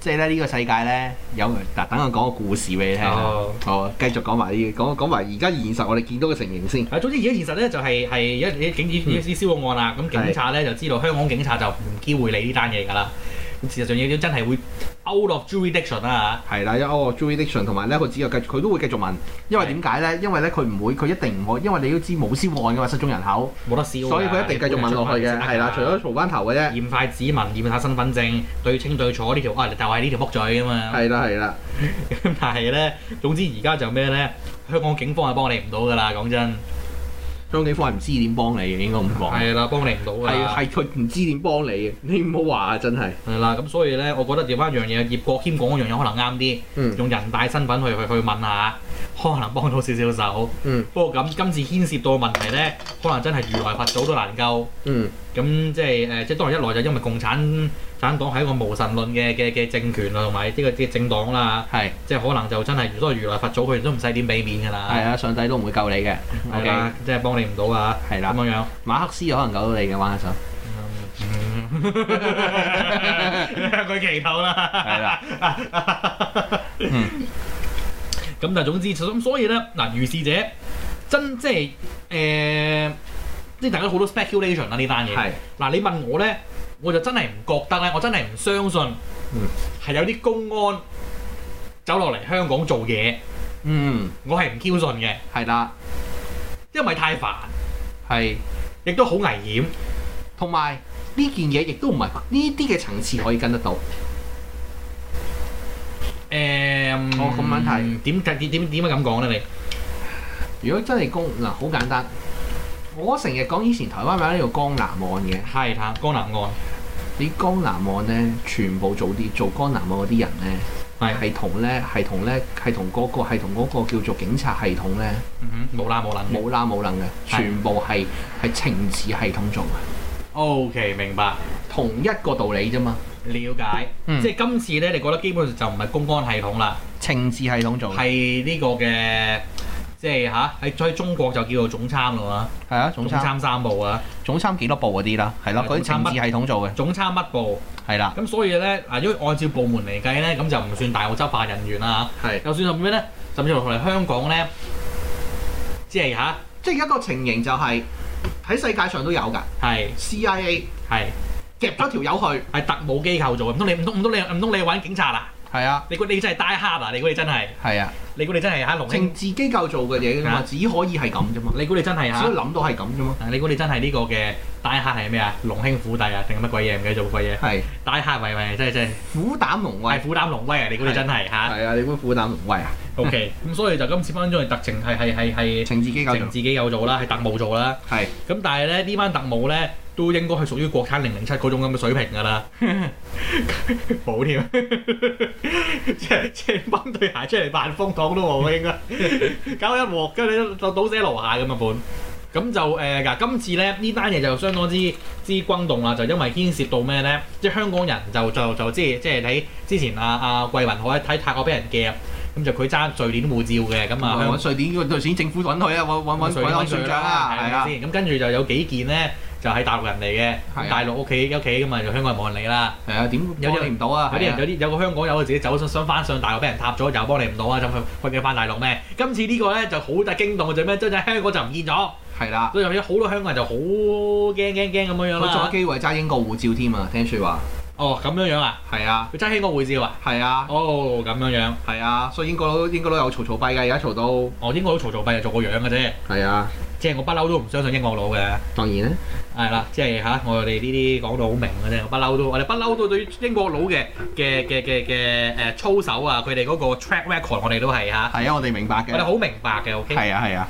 [SPEAKER 3] 即係咧呢個世界咧有嗱，等我講個故事俾你聽啦，
[SPEAKER 2] 哦，
[SPEAKER 3] 好，繼續講埋呢，講講埋而家現實我哋見到嘅情形先，
[SPEAKER 2] 啊，總之而家現實咧就係係一啲警已已燒咗案啦，咁警察咧就知道香港警察就唔機會理呢單嘢㗎啦。咁事實上要真係會 out of jurisdiction 啦、啊
[SPEAKER 3] 係啦，有哦 jurisdiction 同埋咧佢只有繼續，佢都會繼續問，因為點解咧？因為咧佢唔會，佢一定唔可以，因為你都知冇燒案噶嘛，失蹤人口，
[SPEAKER 2] 冇得笑㗎。
[SPEAKER 3] 所以佢一定繼續問落去嘅，係啦，除咗嘈啊翻嗯頭嘅啫。
[SPEAKER 2] 驗塊指紋、驗下身份證、對清對楚呢條啊，就係呢條木嘴啊嘛。
[SPEAKER 3] 係啦，係啦，
[SPEAKER 2] 咁但係咧，總之而家就咩咧？香港警方係幫你唔到㗎啦，講真。
[SPEAKER 3] 張警方係唔知點幫你嘅，應該咁講。
[SPEAKER 2] 係啦，幫你唔到㗎
[SPEAKER 3] 係
[SPEAKER 2] 啦。
[SPEAKER 3] 係佢唔知點幫你嘅，你唔好話啊，真係。
[SPEAKER 2] 係啦，咁所以咧，我覺得調翻一樣嘢，葉國謙講嗰樣嘢可能啱啲，
[SPEAKER 3] 嗯
[SPEAKER 2] 用人大身份去去去問下，可能幫到少少手。
[SPEAKER 3] 嗯
[SPEAKER 2] 不過咁今次牽涉到嘅問題咧，可能真係如來佛祖都難救。
[SPEAKER 3] 嗯，
[SPEAKER 2] 咁即係誒、呃即係當然一來就因為共產產黨係一個無神論嘅嘅嘅政權啦，啊同埋呢個嘅政黨啦。
[SPEAKER 3] 係
[SPEAKER 2] 即係可能就真係如果係如來佛祖，佢哋都唔使點俾面㗎啦，
[SPEAKER 3] 係啊，上帝都唔會救你嘅。
[SPEAKER 2] 係
[SPEAKER 3] OK，
[SPEAKER 2] 啦，即係幫你唔到啊，
[SPEAKER 3] 係
[SPEAKER 2] 咁
[SPEAKER 3] 啦， <laughs>
[SPEAKER 2] 樣樣。
[SPEAKER 3] 馬克思有可能救到你嘅，玩一手。
[SPEAKER 2] 佢祈禱啦，
[SPEAKER 3] 係啦，嗯
[SPEAKER 2] 咁但係總之，咁所以咧，嗱，如是者真即係誒、即係大家好多 speculation 啦呢單嘢。
[SPEAKER 3] 係
[SPEAKER 2] 嗱，你問我咧，我就真係唔覺得咧，我真係唔相信
[SPEAKER 3] 嗯，
[SPEAKER 2] 係有啲公安走落嚟香港做嘢，
[SPEAKER 3] 嗯
[SPEAKER 2] 我係唔挑信嘅，
[SPEAKER 3] 係啦，
[SPEAKER 2] 因為太煩，
[SPEAKER 3] 係。
[SPEAKER 2] 亦都好危險。
[SPEAKER 3] 同埋呢件嘢亦都唔係呢啲嘅層次可以跟得到。
[SPEAKER 2] 誒，
[SPEAKER 3] 哦咁樣睇
[SPEAKER 2] 點解點點點解咁講咧？你
[SPEAKER 3] 如果真係公嗱，好簡單。我成日講以前台灣咪有呢個江南岸嘅，
[SPEAKER 2] 係嚇江南岸
[SPEAKER 3] 你江南岸咧，全部做啲做江南岸嗰啲人咧，
[SPEAKER 2] 係
[SPEAKER 3] 係同咧係同咧係同嗰個係同嗰個叫做警察系統咧
[SPEAKER 2] 嗯哼冇啦冇啦
[SPEAKER 3] 冇啦冇能嘅，
[SPEAKER 2] 係
[SPEAKER 3] 全部係係情治系統做嘅，
[SPEAKER 2] O K 明白
[SPEAKER 3] 同一個道理啫嘛。
[SPEAKER 2] 了解，
[SPEAKER 3] 嗯
[SPEAKER 2] 即係今次咧，你覺得基本上就唔係公安系統啦，
[SPEAKER 3] 情治系統做嘅，
[SPEAKER 2] 係呢個嘅即係吓喺喺中國就叫做總參啦
[SPEAKER 3] 係啊，
[SPEAKER 2] 嘛，
[SPEAKER 3] 總
[SPEAKER 2] 總
[SPEAKER 3] 參
[SPEAKER 2] 參三部啊，
[SPEAKER 3] 總參幾多部嗰啲啦，係咯，
[SPEAKER 2] 係
[SPEAKER 3] 嗰
[SPEAKER 2] 總
[SPEAKER 3] 啲
[SPEAKER 2] 參
[SPEAKER 3] 情治系統做嘅，
[SPEAKER 2] 總參乜部？
[SPEAKER 3] 係啦，
[SPEAKER 2] 咁所以咧，嗱，如果按照部門嚟計咧，咁就唔算大澳執法人員啦
[SPEAKER 3] 係
[SPEAKER 2] 嚇。就算係咩咧，甚至乎嚟香港咧，即係吓，
[SPEAKER 3] 即係一個情形就係、喺世界上都有㗎
[SPEAKER 2] 係
[SPEAKER 3] ，CIA
[SPEAKER 2] 係
[SPEAKER 3] 夾咗條友去，
[SPEAKER 2] 係特務機構做嘅，唔通你唔通唔通你唔通你玩警察啊？
[SPEAKER 3] 係啊，
[SPEAKER 2] 你估你真係 die hard 啊？你估你真係？
[SPEAKER 3] 係啊，
[SPEAKER 2] 你估你真係嚇龍
[SPEAKER 3] 情
[SPEAKER 2] 興？
[SPEAKER 3] 治機構做嘅嘢啫嘛，
[SPEAKER 2] 啊
[SPEAKER 3] 只可以係咁啫嘛，
[SPEAKER 2] 你估你真係
[SPEAKER 3] 只
[SPEAKER 2] 嚇
[SPEAKER 3] 可以？諗到係咁啫嘛，
[SPEAKER 2] 啊你估你真係呢個嘅 die hard 係咩啊？龍興虎弟啊，定係乜鬼嘢？唔記得做乜鬼嘢
[SPEAKER 3] 係
[SPEAKER 2] ？die hard 咪咪真係真係
[SPEAKER 3] 虎膽龍威
[SPEAKER 2] 係，虎膽龍威啊！你估你真係嚇
[SPEAKER 3] 係啊，你估虎膽龍威啊？
[SPEAKER 2] ？OK，咁所以就今次分分鐘係特情係係係係
[SPEAKER 3] 情治機構
[SPEAKER 2] 情
[SPEAKER 3] 做
[SPEAKER 2] 自己有做啦，係特務做啦。
[SPEAKER 3] 係
[SPEAKER 2] 咁但係咧，呢班特務咧都應該係屬於國產零零七嗰種咁嘅水平㗎啦， <laughs> 冇添，即係即係掹對鞋出嚟扮風筒都冇 <laughs> 應該，搞一鑊，跟住就倒瀉籮下咁啊本。咁就誒嗱、今次咧呢單嘢就相當之之轟動啦，就因為牽涉到咩咧，即係香港人就就就即係即係喺之前啊啊桂雲海喺泰國俾人 <laughs> 夾，咁就佢揸瑞典護照嘅，咁啊香
[SPEAKER 3] 揾瑞典個瑞典政府揾佢啊，揾揾揾
[SPEAKER 2] 水
[SPEAKER 3] 揾
[SPEAKER 2] 水
[SPEAKER 3] 揾船長啊，係啊，
[SPEAKER 2] 先？咁跟住就有幾件咧，就係大陸人嚟
[SPEAKER 3] 係
[SPEAKER 2] 嘅，
[SPEAKER 3] 啊
[SPEAKER 2] 大陸屋企屋企咁啊，就香港人冇人理啦。
[SPEAKER 3] 係啊，點
[SPEAKER 2] 有啲人
[SPEAKER 3] 幫你唔到啊？
[SPEAKER 2] 有啲人
[SPEAKER 3] 係啊
[SPEAKER 2] 有啲有個香港友自己走想想翻上大陸，俾人塌咗，又幫你唔到啊，就去去嘅翻大陸咩？今次呢個咧就好大驚動嘅就咩？真係香港就唔見咗，
[SPEAKER 3] 係啦，
[SPEAKER 2] 所以有好多香港人就好驚驚驚咁樣樣
[SPEAKER 3] 啊佢仲有
[SPEAKER 2] 啦。
[SPEAKER 3] 機會揸英國護照添啊，聽説話
[SPEAKER 2] 哦，咁樣樣啊？
[SPEAKER 3] 係啊，
[SPEAKER 2] 佢真係英國護照啊？
[SPEAKER 3] 係啊，
[SPEAKER 2] 哦，咁樣樣。
[SPEAKER 3] 係啊，所以英國佬英國佬有嘈嘈閉㗎，而家嘈到
[SPEAKER 2] 哦，英國佬嘈嘈閉就做個樣嘅啫，
[SPEAKER 3] 係啊，
[SPEAKER 2] 即係我不嬲都唔相信英國佬嘅。
[SPEAKER 3] 當然咧，
[SPEAKER 2] 係啦，即係嚇，我哋呢啲講到好明嘅啫，我不嬲都，我哋不嬲都對於英國佬嘅嘅嘅嘅嘅誒操守啊，佢哋嗰個 track record 我哋都係嚇，
[SPEAKER 3] 係啊，我哋明白
[SPEAKER 2] 我哋
[SPEAKER 3] 嘅，
[SPEAKER 2] 好明白嘅，OK。
[SPEAKER 3] 係啊係啊，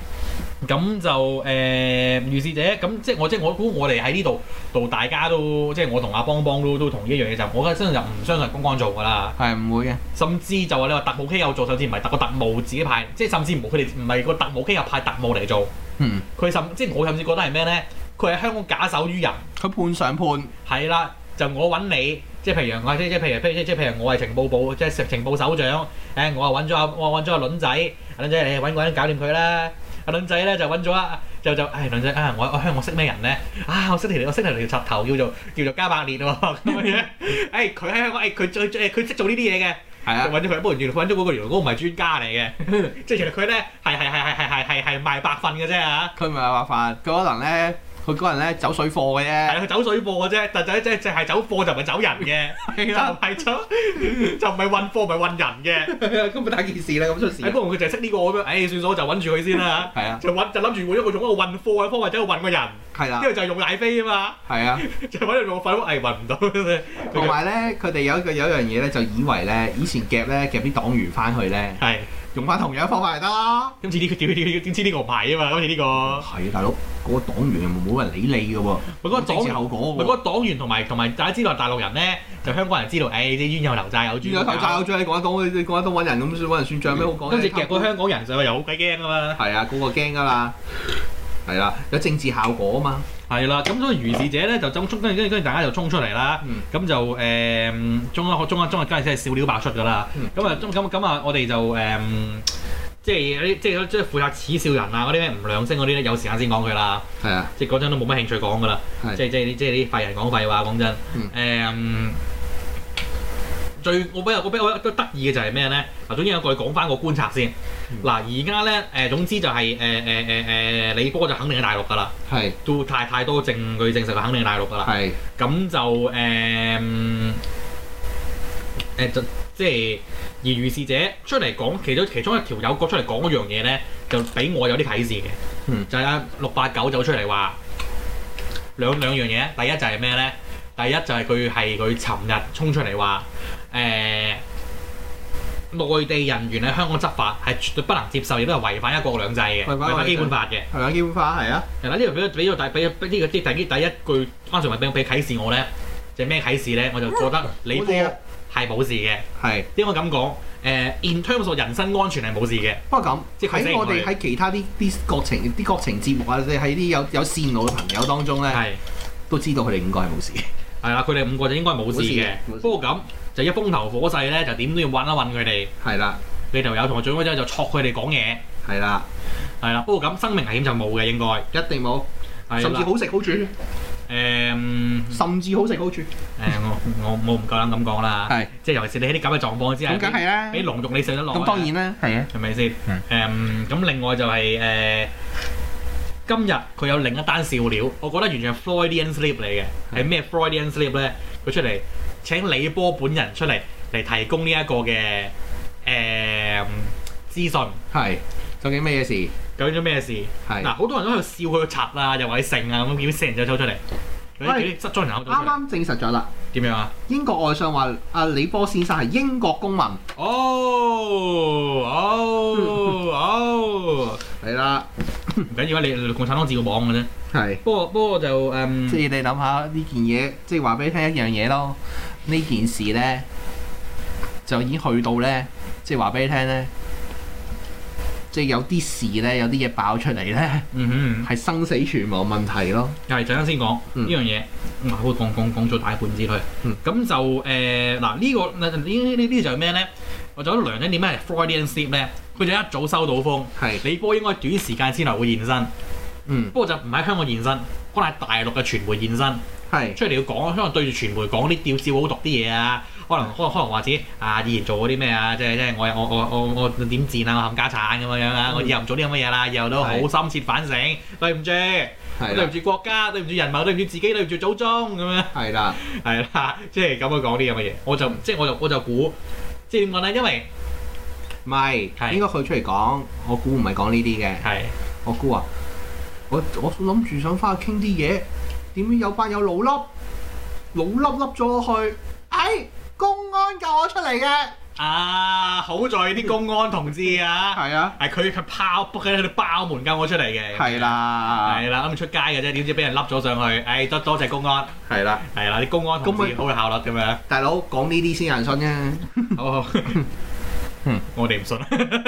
[SPEAKER 2] 咁就誒、呃、預示者，咁即係我即係我估我哋喺呢度度大家都即係我同阿邦邦都都同意一樣嘢就係，我覺得真係唔相信公安做㗎啦，
[SPEAKER 3] 係唔會嘅，
[SPEAKER 2] 甚至就話你話特務機構做，甚至唔係特個特務自己派，即係甚至唔佢哋唔係個特務機構派特務嚟做，
[SPEAKER 3] 嗯，
[SPEAKER 2] 佢甚即係我甚至覺得係咩咧？佢係香港假手於人。
[SPEAKER 3] 佢判上判
[SPEAKER 2] 係啦，就我揾你，即係譬如我啊即即譬如譬如即譬如我係情報部，即係情報首長，誒我啊揾咗阿我揾咗阿倫仔，阿倫仔你揾個人搞掂佢啦。阿倫仔咧就揾咗啊，就就唉倫仔啊，我我香我識咩人咧？啊，我識條我識條條插頭叫做叫做加百列喎咁樣。誒佢喺香港誒哎佢最最佢識做呢啲嘢嘅，
[SPEAKER 3] 係啊
[SPEAKER 2] 就。揾咗佢，不過原來佢揾咗嗰個原來嗰個唔係專家嚟嘅， <laughs> 即係原來佢咧係係係係係係係係賣白粉嘅啫啊嚇。
[SPEAKER 3] <laughs> 佢唔係話犯，佢可能咧，佢嗰人咧走水貨嘅
[SPEAKER 2] 係
[SPEAKER 3] 啫，
[SPEAKER 2] 佢走水貨嘅啫，但就即係係走貨就唔係走人嘅。就 <laughs>
[SPEAKER 3] 係
[SPEAKER 2] 唔，係走，就唔係運貨，唔係運人嘅。
[SPEAKER 3] <laughs>
[SPEAKER 2] 哎
[SPEAKER 3] 咁咪大件事啦，咁出事
[SPEAKER 2] 誒，不過佢就係識呢個咁樣，誒，算數，就揾住佢先 <laughs> 啦。
[SPEAKER 3] 係啊，
[SPEAKER 2] 就揾就諗住會一個用一個運貨嘅方法，走去運個人，
[SPEAKER 3] 係啦
[SPEAKER 2] 因，為就係用奶飛啊嘛， <laughs>
[SPEAKER 3] 係啊，
[SPEAKER 2] 就揾人用粉，誒運唔到嘅
[SPEAKER 3] 同埋咧，佢哋有一個有一樣嘢咧，就以為咧，以前夾咧夾啲黨員翻去咧，
[SPEAKER 2] 係，
[SPEAKER 3] 用翻同樣方法就得啦。
[SPEAKER 2] 今次呢個屌屌，點知呢個唔係啊嘛，今次呢個
[SPEAKER 3] 係啊，大佬，嗰個黨員又冇人理你嘅喎，
[SPEAKER 2] 咪嗰個
[SPEAKER 3] 冇政治後果
[SPEAKER 2] 咪
[SPEAKER 3] 嘅
[SPEAKER 2] 嗰
[SPEAKER 3] 喎。
[SPEAKER 2] 個黨員同埋同埋大家知道大陸人咧，就香港人知道，誒哎啲冤有頭債有主。
[SPEAKER 3] 轉咗頭罩，將你講一講，你講一講揾人咁，揾人算帳咩好講？
[SPEAKER 2] 今次嗯夾個香港人上去又好鬼驚啊嘛。
[SPEAKER 3] 係啊，嗰個驚㗎啦，係啦，有政治效果啊嘛，
[SPEAKER 2] 係啦，咁所以如是者咧就衝衝跟住跟住大家就衝出嚟啦。
[SPEAKER 3] 嗯
[SPEAKER 2] 咁就誒、中一中一中一梗係真係笑料百出㗎啦
[SPEAKER 3] 嗯。
[SPEAKER 2] 咁啊、中咁咁啊，我哋就誒、即係啲即係即係負責恥笑人啊嗰啲咩吳亮星嗰啲咧，有時間先講佢啦。
[SPEAKER 3] 係啊，
[SPEAKER 2] 即係嗰陣都冇乜興趣講㗎啦。
[SPEAKER 3] 係嗯
[SPEAKER 2] 即係即係即係啲廢人講廢話，講真誒、最我比較我比較都得意嘅就係咩咧？嗱，總之有一個講翻個觀察先。
[SPEAKER 3] 嗯
[SPEAKER 2] 嗱、而家咧誒，總之就係誒誒誒誒，李波就肯定喺大陸㗎啦，
[SPEAKER 3] 係
[SPEAKER 2] 都太太多證據證實佢肯定喺大陸㗎啦。
[SPEAKER 3] 係
[SPEAKER 2] 咁就誒誒、嗯誒就即係而遇事者出嚟講，其中其中一條友講出嚟講嗰樣嘢咧，就俾我有啲啟示嘅。
[SPEAKER 3] 嗯
[SPEAKER 2] 就係啊六八九走出嚟話兩兩樣嘢，第一就係咩咧？第一就係佢係佢尋日衝出嚟話誒內地人員喺香港執法係絕對不能接受，亦都係違反一國兩制嘅，
[SPEAKER 3] 違反
[SPEAKER 2] 違
[SPEAKER 3] 我哋
[SPEAKER 2] 反基本法嘅。
[SPEAKER 3] 係咪基本法係啊？
[SPEAKER 2] 係啦，呢度俾咗俾咗第俾呢個啲第啲第一句安全文俾俾啟示我咧，就係咩啟示咧？我就覺得你
[SPEAKER 3] 好
[SPEAKER 2] 科
[SPEAKER 3] 啲啊
[SPEAKER 2] 係冇事嘅，
[SPEAKER 3] 係。
[SPEAKER 2] 應該咁講。誒、i n terms of 人身安全係冇事嘅，
[SPEAKER 3] 不過咁，
[SPEAKER 2] 即係佢
[SPEAKER 3] 喺我哋
[SPEAKER 2] 即係
[SPEAKER 3] 喺其他啲啲國情啲國情節目啊，或者喺啲有有線路嘅朋友當中咧，
[SPEAKER 2] 係
[SPEAKER 3] 都知道佢哋應該係冇事嘅。
[SPEAKER 2] 係啦，佢哋五個就應該冇事嘅
[SPEAKER 3] 冇事嘅冇事。
[SPEAKER 2] 不過咁就一風頭火勢咧，就點都要揾一揾佢哋。
[SPEAKER 3] 係啦，
[SPEAKER 2] 你條友同埋最嗰仔就戳佢哋講嘢，
[SPEAKER 3] 係啦，
[SPEAKER 2] 係啦。不過咁生命危險就冇嘅應該，
[SPEAKER 3] 一定冇，
[SPEAKER 2] 係
[SPEAKER 3] 甚至
[SPEAKER 2] 啦。
[SPEAKER 3] 好食好煮，
[SPEAKER 2] 誒嗯
[SPEAKER 3] 甚至好食好煮，
[SPEAKER 2] 誒，我我我唔夠膽咁講啦。
[SPEAKER 3] 係
[SPEAKER 2] 即係尤其是你喺啲咁嘅狀況之下，
[SPEAKER 3] 咁梗係啦。
[SPEAKER 2] 俾龍肉你食得落。
[SPEAKER 3] 咁當然啦，係啊，
[SPEAKER 2] 係咪先？誒咁、
[SPEAKER 3] 嗯
[SPEAKER 2] 另外就係、誒、今日佢有另一單笑料，我覺得完全係 Freudian slip 嚟嘅。
[SPEAKER 3] 嗯
[SPEAKER 2] 係咩 Freudian slip 咧？佢出嚟請李波本人出嚟嚟提供呢一個嘅誒、資訊，
[SPEAKER 3] 係究竟咩嘢事？
[SPEAKER 2] 究竟咗咩事？
[SPEAKER 3] 係
[SPEAKER 2] 嗱，好多人都喺度笑佢賊啊，又話佢剩啊，咁點死人就走出嚟，有啲
[SPEAKER 3] 喂
[SPEAKER 2] 有啲失蹤人口走出
[SPEAKER 3] 啱啊
[SPEAKER 2] 嚟，
[SPEAKER 3] 啱證實咗啦。
[SPEAKER 2] 點樣啊？
[SPEAKER 3] 英國外相話：阿李波先生係英國公民，
[SPEAKER 2] 哦哦
[SPEAKER 3] <laughs>
[SPEAKER 2] 哦，
[SPEAKER 3] 係啦，
[SPEAKER 2] 唔緊要啊！你你共產黨自個網嘅啫。
[SPEAKER 3] 係。
[SPEAKER 2] 不過不過就嗯誒。
[SPEAKER 3] 即係你諗下呢件嘢，即係話俾你聽一樣嘢咯。呢件事呢，就已經去到呢，即係話俾你聽呢，即係有啲事呢，有啲嘢爆出嚟呢，
[SPEAKER 2] 嗯
[SPEAKER 3] 係生死存亡問題咯。
[SPEAKER 2] 哼，係陣間先講呢
[SPEAKER 3] 嗯
[SPEAKER 2] 樣嘢，唔係會講講講咗大半節佢。
[SPEAKER 3] 嗯
[SPEAKER 2] 咁就誒嗱呢個呢呢呢啲就係咩咧？我就覺得梁振點解係 Freudian slip 咧？佢就一早收到風，
[SPEAKER 3] 係，
[SPEAKER 2] 李波應該短時間之內會現身，
[SPEAKER 3] 嗯，
[SPEAKER 2] 不過就唔喺香港現身，可能係大陸嘅傳媒現身，
[SPEAKER 3] 係，
[SPEAKER 2] 出嚟要講，可能對住傳媒講啲吊照好毒啲嘢啊，可能可能可能話自己啊以前做嗰啲咩啊，即係即係我我我我我點賤啊，我冚家產咁樣樣
[SPEAKER 3] 嗯
[SPEAKER 2] 啊，我以後唔做啲咁嘅嘢啦，以後都好
[SPEAKER 3] 係
[SPEAKER 2] 深切反省，對唔住。對
[SPEAKER 3] 係啦
[SPEAKER 2] 唔，住國家，對唔住人民，對唔住自己，對唔住祖宗咁樣，
[SPEAKER 3] 係啦，
[SPEAKER 2] 係啦，即係咁樣講啲咁嘅嘢，我就即係我就我就估，即係點講咧？因為
[SPEAKER 3] 唔係，
[SPEAKER 2] 係
[SPEAKER 3] 應該佢出嚟講，我估唔係講呢啲嘅，
[SPEAKER 2] 係
[SPEAKER 3] 我估啊，我我諗住想翻去傾啲嘢，點知有班有老笠，老笠笠咗落去，哎，公安救我出嚟嘅，
[SPEAKER 2] 啊，好在啲公安同志啊，
[SPEAKER 3] 係啊。
[SPEAKER 2] 係佢佢拋佢喺度包門救我出嚟嘅，
[SPEAKER 3] 係啦，
[SPEAKER 2] 係啦，咁出街嘅啫，點知俾人笠咗上去，唉，多多謝公安，
[SPEAKER 3] 係啦，
[SPEAKER 2] 係啦，啲公安同
[SPEAKER 3] 咁
[SPEAKER 2] 志
[SPEAKER 3] 咪
[SPEAKER 2] 好有效率咁
[SPEAKER 3] <laughs>
[SPEAKER 2] 樣，
[SPEAKER 3] 大佬講呢啲先有人信
[SPEAKER 2] <laughs>
[SPEAKER 3] 啫，
[SPEAKER 2] 好好
[SPEAKER 3] 嗯，
[SPEAKER 2] 我哋唔信，